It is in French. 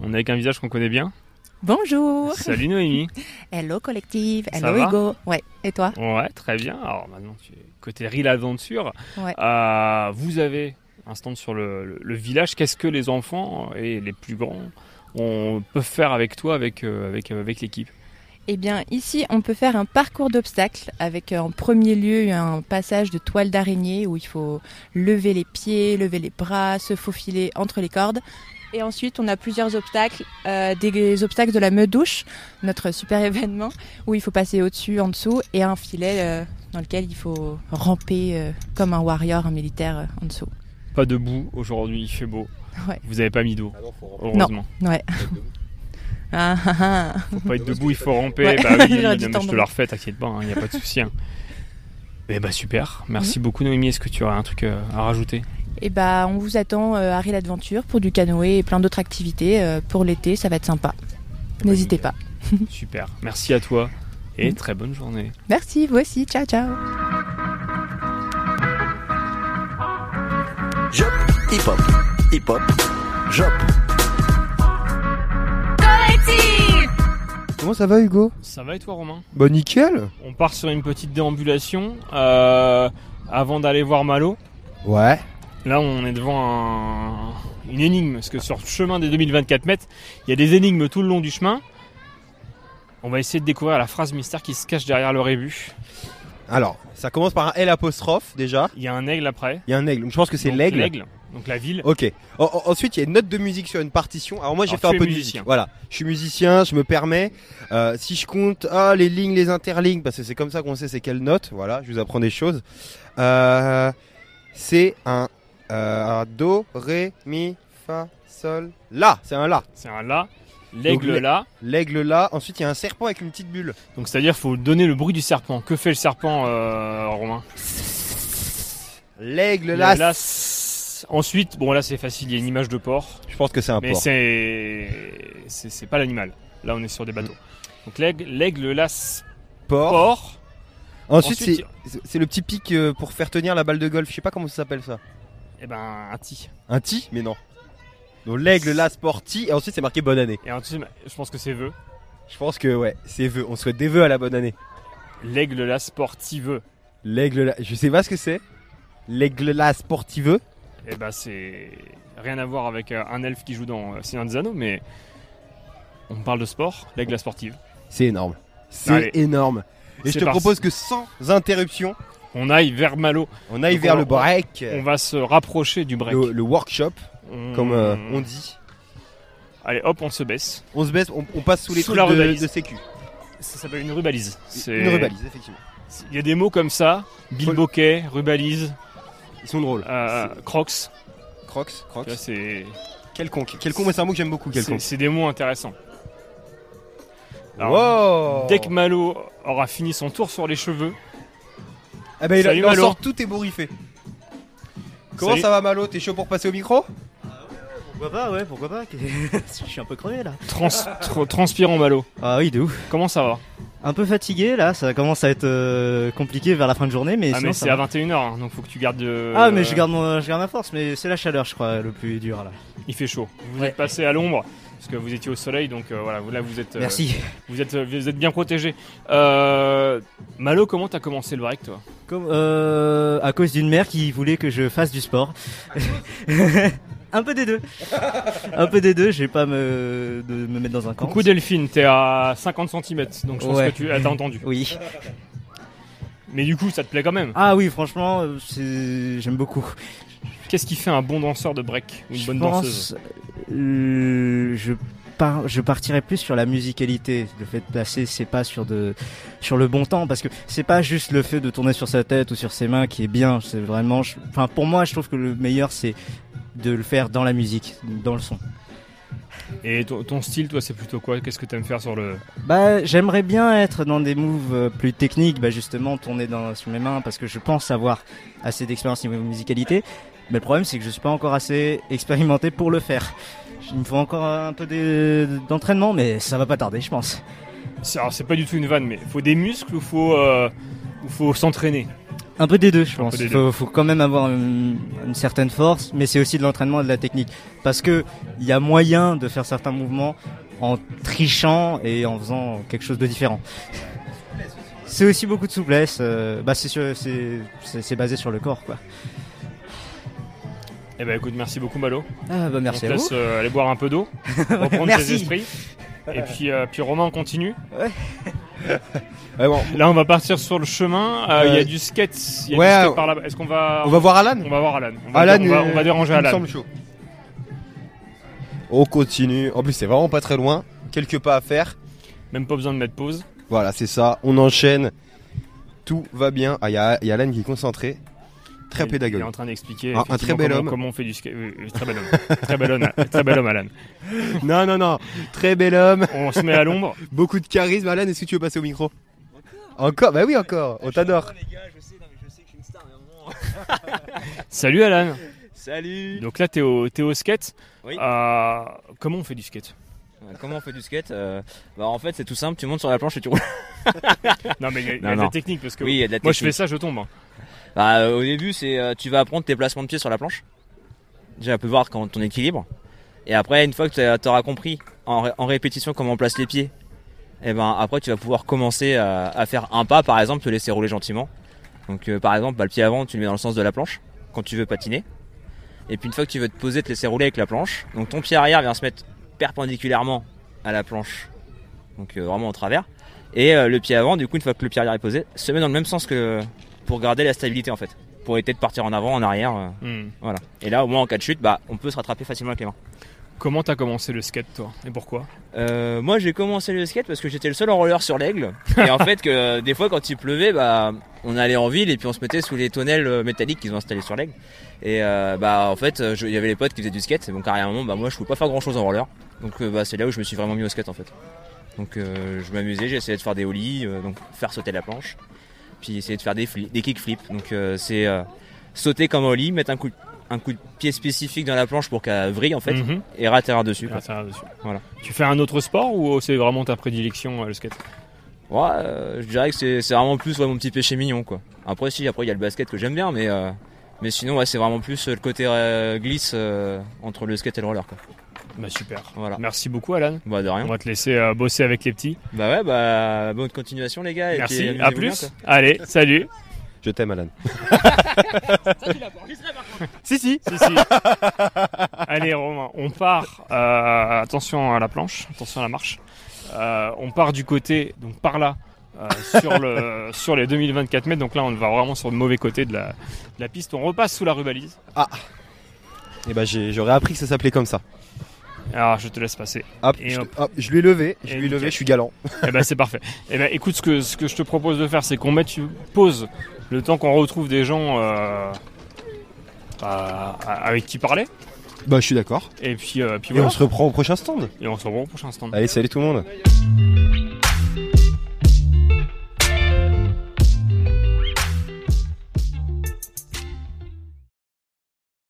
On est avec un visage qu'on connaît bien. Bonjour. Salut Noémie. Hello collective. Ça Hello va Hugo. Ouais. Et toi Ouais, très bien. Alors maintenant, tu es côté Reel Adventure. Ouais. Euh, vous avez un stand sur le, le- le village. Qu'est-ce que les enfants et les plus grands on peuvent faire avec toi, avec, euh, avec, euh, avec l'équipe Eh bien, ici, on peut faire un parcours d'obstacles avec euh, en premier lieu un passage de toile d'araignée où il faut lever les pieds, lever les bras, se faufiler entre les cordes. Et ensuite, on a plusieurs obstacles, euh, des obstacles de la meudouche, notre super événement, où il faut passer au-dessus, en dessous, et un filet euh, dans lequel il faut ramper euh, comme un warrior, un militaire euh, en dessous. Pas de boue aujourd'hui, il fait beau. Ouais. Vous n'avez pas mis d'eau, Ah non, faut rentrer. heureusement. Ouais. Ah, ah, ah. Faut pas être Dommage debout, que il je faut sois ramper. Ouais. Bah oui, non, J'aurais dû mais je te tendre. la refais, t'inquiète pas, il n'y a pas de souci. hein. Eh bah super, merci Mhm. beaucoup Noémie. Est-ce que tu aurais un truc euh, à rajouter Et bah, on vous attend euh, à Reel Adventure pour du canoë et plein d'autres activités euh, pour l'été, ça va être sympa. N'hésitez pas. Super, merci à toi et très bonne journée. Merci, vous aussi, ciao ciao. Jop, hip hop, hip hop, jop. Comment ça va Hugo Ça va et toi Romain Bah nickel On part sur une petite déambulation euh, avant d'aller voir Malo. Ouais. Là on est devant un- une énigme, parce que sur le chemin des 2024 mètres, il y a des énigmes tout le long du chemin. On va essayer de découvrir la phrase mystère qui se cache derrière le rébut. Alors, ça commence par un L apostrophe déjà. Il y a un aigle après. Il y a un aigle, donc je pense que c'est Donc, l'aigle. donc la ville. Ok. En- en- ensuite, il y a une note de musique sur une partition. Alors moi, j'ai Alors, fait tu un es peu de musicien. musique. Voilà. Je suis musicien, je me permets. Euh, si je compte ah, les lignes, les interlignes, parce que c'est comme ça qu'on sait c'est quelle note. Voilà, je vous apprends des choses. Euh, c'est un, euh, un do, ré, mi, fa, sol, la. C'est un la. C'est un la. L'aigle Donc, l'ai- là. L'aigle la. Ensuite, il y a un serpent avec une petite bulle. Donc c'est-à-dire faut donner le bruit du serpent. Que fait le serpent euh, Romain L'aigle Le la. la, s- Ensuite, bon là c'est facile, il y a une image de porc. Je pense que c'est un Mais porc. c'est c'est c'est pas l'animal. Là, on est sur des bateaux. Mm. Donc l'aigle, l'aigle, l'as, Porc. porc. Ensuite, Ensuite, c'est- c'est le petit pic euh, pour faire tenir la balle de golf. Je sais pas comment ça s'appelle ça. Et ben un ti. Un ti Mais non. Donc l'aigle, la sporti, et ensuite c'est marqué bonne année. Et ensuite, je pense que c'est vœu. Je pense que ouais, c'est vœux. On souhaite des vœux à la bonne année. L'aigle, l'as, sportive. L'aigle, la... je sais pas ce que c'est. L'aigle, la sportive. Et ben c'est rien à voir avec euh, un elfe qui joue dans euh, Seigneur des Anneaux, mais on parle de sport. L'aigle, la sportive. C'est énorme. Allez. C'est énorme. Et C'est je te parti. propose que sans interruption, On aille vers Malo. on aille Donc, vers on- le break, On va se rapprocher du break. Hmm. le, le workshop, On- comme euh, on dit. Allez, hop, on se baisse. On se baisse, on, on passe sous les Sous trucs la de, rebalise. de sécu. Ça s'appelle une rubalise. C'est- Une rebalise, effectivement. Il y a des mots comme ça. Bilboquet, rubalise, Ils sont drôles. euh, crocs. C'est- Crocs, Tu crocs. vois, c'est Quelconque. Quelconque, moi, c'est un mot que j'aime beaucoup. c'est- Quelconque. c'est des mots intéressants. Alors, Oh. Wow Dès que Malo aura fini son tour sur les cheveux, Ah bah, il, Salut, il en Malo. sort tout ébouriffé. Comment Salut. ça va Malo T'es chaud pour passer au micro Pourquoi pas, Ah ouais, pourquoi pas. je suis un peu crevé là. trans- tr- transpirant Malo, Ah oui, de ouf. comment ça va Un peu fatigué là, ça commence à être euh, compliqué vers la fin de journée, mais Ah sinon mais ça c'est à va. 21h, hein, donc faut que tu gardes... euh, Ah, mais je garde, mon- je garde ma force, mais c'est la chaleur, je crois, le plus dur là. Il fait chaud. Vous Ouais. êtes passé à l'ombre, parce que vous étiez au soleil, donc euh, voilà, vous- là vous êtes, euh, Merci. vous êtes, vous êtes bien protégé. Euh, Malo, comment t'as commencé le break toi Comme, euh, à cause d'une mère qui voulait que je fasse du sport. un peu des deux. un peu des deux, je vais pas me, de me mettre dans un camp. Coucou Delphine, t'es à 50 cm, donc je pense Ouais. que tu ah, t'as entendu. Oui. Mais du coup, ça te plaît quand même. Ah oui, franchement, euh, c'est- j'aime beaucoup. Qu'est-ce qui fait un bon danseur de break ou une je bonne pense, danseuse euh, je par- je partirais plus sur la musicalité, le fait de passer ses pas sur de sur le bon temps, parce que c'est pas juste le fait de tourner sur sa tête ou sur ses mains qui est bien. C'est vraiment, je- enfin pour moi, je trouve que le meilleur c'est de le faire dans la musique, dans le son. Et ton, ton style, toi, c'est plutôt quoi Qu'est-ce que t'aimes faire sur le... Bah, j'aimerais bien être dans des moves euh, plus techniques, bah justement tourner dans, sur mes mains, parce que je pense avoir assez d'expérience niveau musicalité. Mais le problème, c'est que je suis pas encore assez expérimenté pour le faire. Il me faut encore un peu des- d'entraînement, mais ça va pas tarder, je pense. C'est- Alors c'est pas du tout une vanne, mais faut des muscles ou faut, euh, ou faut s'entraîner Un peu des deux, je pense. peu des Il faut, faut quand même avoir une, une certaine force, mais c'est aussi de l'entraînement et de la technique. Parce que il y a moyen de faire certains mouvements en trichant et en faisant quelque chose de différent. C'est aussi beaucoup de souplesse. euh, bah c'est sur- c'est- c'est c'est basé sur le corps, quoi. Eh ben écoute, merci beaucoup Malo. Ah bah On merci te à vous. laisse euh, aller boire un peu d'eau, reprendre tes Merci. esprits. Et puis, euh, puis Romain on continue. Ouais, bon, Là, on va partir sur le chemin. Euh, Il y Euh, a du skate. Il y a ouais, du skate euh, par là-bas. Est-ce qu'on va... on va voir Alan. on va voir Alan. On va, Alan on va, est- on va déranger il me Alan. semble chaud. On continue. En plus, c'est vraiment pas très loin. Quelques pas à faire. Même pas besoin de mettre pause. Voilà, c'est ça. On enchaîne. Tout va bien. Ah, il y a, il y a Alan qui est concentré. Très Il- Il est pédagogue. en train d'expliquer Un- un très effectivement bel comment, homme. comment on fait du skate. Oui, oui, très bel homme. très, bel homme très bel homme, Alan. Non, non, non. Très bel homme. On se met à l'ombre. Beaucoup de charisme. Alan, est-ce que tu veux passer au micro Encore Bah oui, encore. On Ah, t'adore. Salut Alan. Salut Donc là, t'es au, t'es au skate. Oui. Euh, comment on fait du skate Comment on fait du skate Euh, bah, En fait, c'est tout simple, tu montes sur la planche et tu roules. Non, mais il y a, il y a Non, de la non. technique parce que Oui, il y a de la moi, je technique. fais ça, je tombe. hein. Bah, euh, au début, c'est euh, tu vas apprendre tes placements de pieds sur la planche. Déjà, un peu voir quand ton équilibre. Et après, une fois que tu auras compris en, ré- en répétition comment on place les pieds, et ben après, tu vas pouvoir commencer à, à faire un pas, par exemple, te laisser rouler gentiment. Donc, euh, par exemple, bah, le pied avant, tu le mets dans le sens de la planche quand tu veux patiner. Et puis, une fois que tu veux te poser, te laisser rouler avec la planche. Donc, ton pied arrière vient se mettre perpendiculairement à la planche, donc euh, vraiment au travers. Et euh, le pied avant, du coup, une fois que le pied arrière est posé, se met dans le même sens que pour garder la stabilité en fait. Pour éviter de partir en avant, en arrière. euh, Hmm. voilà. Et là, au moins en cas de chute, bah, on peut se rattraper facilement avec les mains. Comment t'as commencé le skate, toi Et pourquoi Euh, moi, j'ai commencé le skate parce que j'étais le seul en roller sur l'aigle. Et en fait, que euh, des fois, quand il pleuvait, bah, on allait en ville et puis on se mettait sous les tonnelles euh, métalliques qu'ils ont installés sur l'aigle. Et euh, bah, en fait, euh, je- il y avait les potes qui faisaient du skate. Et donc, à un moment, bah, moi, je pouvais pas faire grand chose en roller. Donc, euh, bah, c'est là où je me suis vraiment mis au skate en fait. Donc, euh, je m'amusais, j'essayais de faire des ollies, euh, donc faire sauter la planche, puis essayer de faire des, fli- des kickflips. Donc, euh, c'est euh, sauter comme un ollie, mettre un coup, un coup de pied spécifique dans la planche pour qu'elle vrille en fait, Mhm. et rater dessus. Ah, ça va dessus. Voilà. Tu fais un autre sport ou oh, c'est vraiment ta prédilection, euh, le skate Ouais, euh, je dirais que c'est c'est vraiment plus ouais, mon petit péché mignon quoi. Après si, après il y a le basket que j'aime bien, mais euh, mais sinon ouais, c'est vraiment plus euh, le côté euh, glisse euh, entre le skate et le roller quoi. Bah, super. Voilà. Merci beaucoup, Alan. Bah de rien. On va te laisser euh, bosser avec les petits. Bah ouais, bah bonne continuation les gars. et puis, euh, Merci, amusez-vous à bien, plus. quoi. Allez, salut. Je t'aime, Alan. Si, si. Allez, Romain, on part. euh, attention à la planche, attention à la marche. Euh, on part du côté, donc par là, euh, sur, le, sur les 2024 mètres. Donc là, on va vraiment sur le mauvais côté de la, de la piste. On repasse sous la rubalise. Et bah, j'ai- j'aurais appris que ça s'appelait comme ça. Alors, Ah, je te laisse passer. Hop, Et je, hop. hop, je lui ai levé. Je Et lui ai levé. nickel. Je suis galant. Eh ben c'est parfait. Eh ben écoute ce que ce que je te propose de faire c'est qu'on mette une pause le temps qu'on retrouve des gens euh, à- à- avec qui parler Bah, je suis d'accord. et puis euh, puis Et voilà. on se reprend au prochain stand. et on se revoit au prochain stand. Allez, salut tout le monde.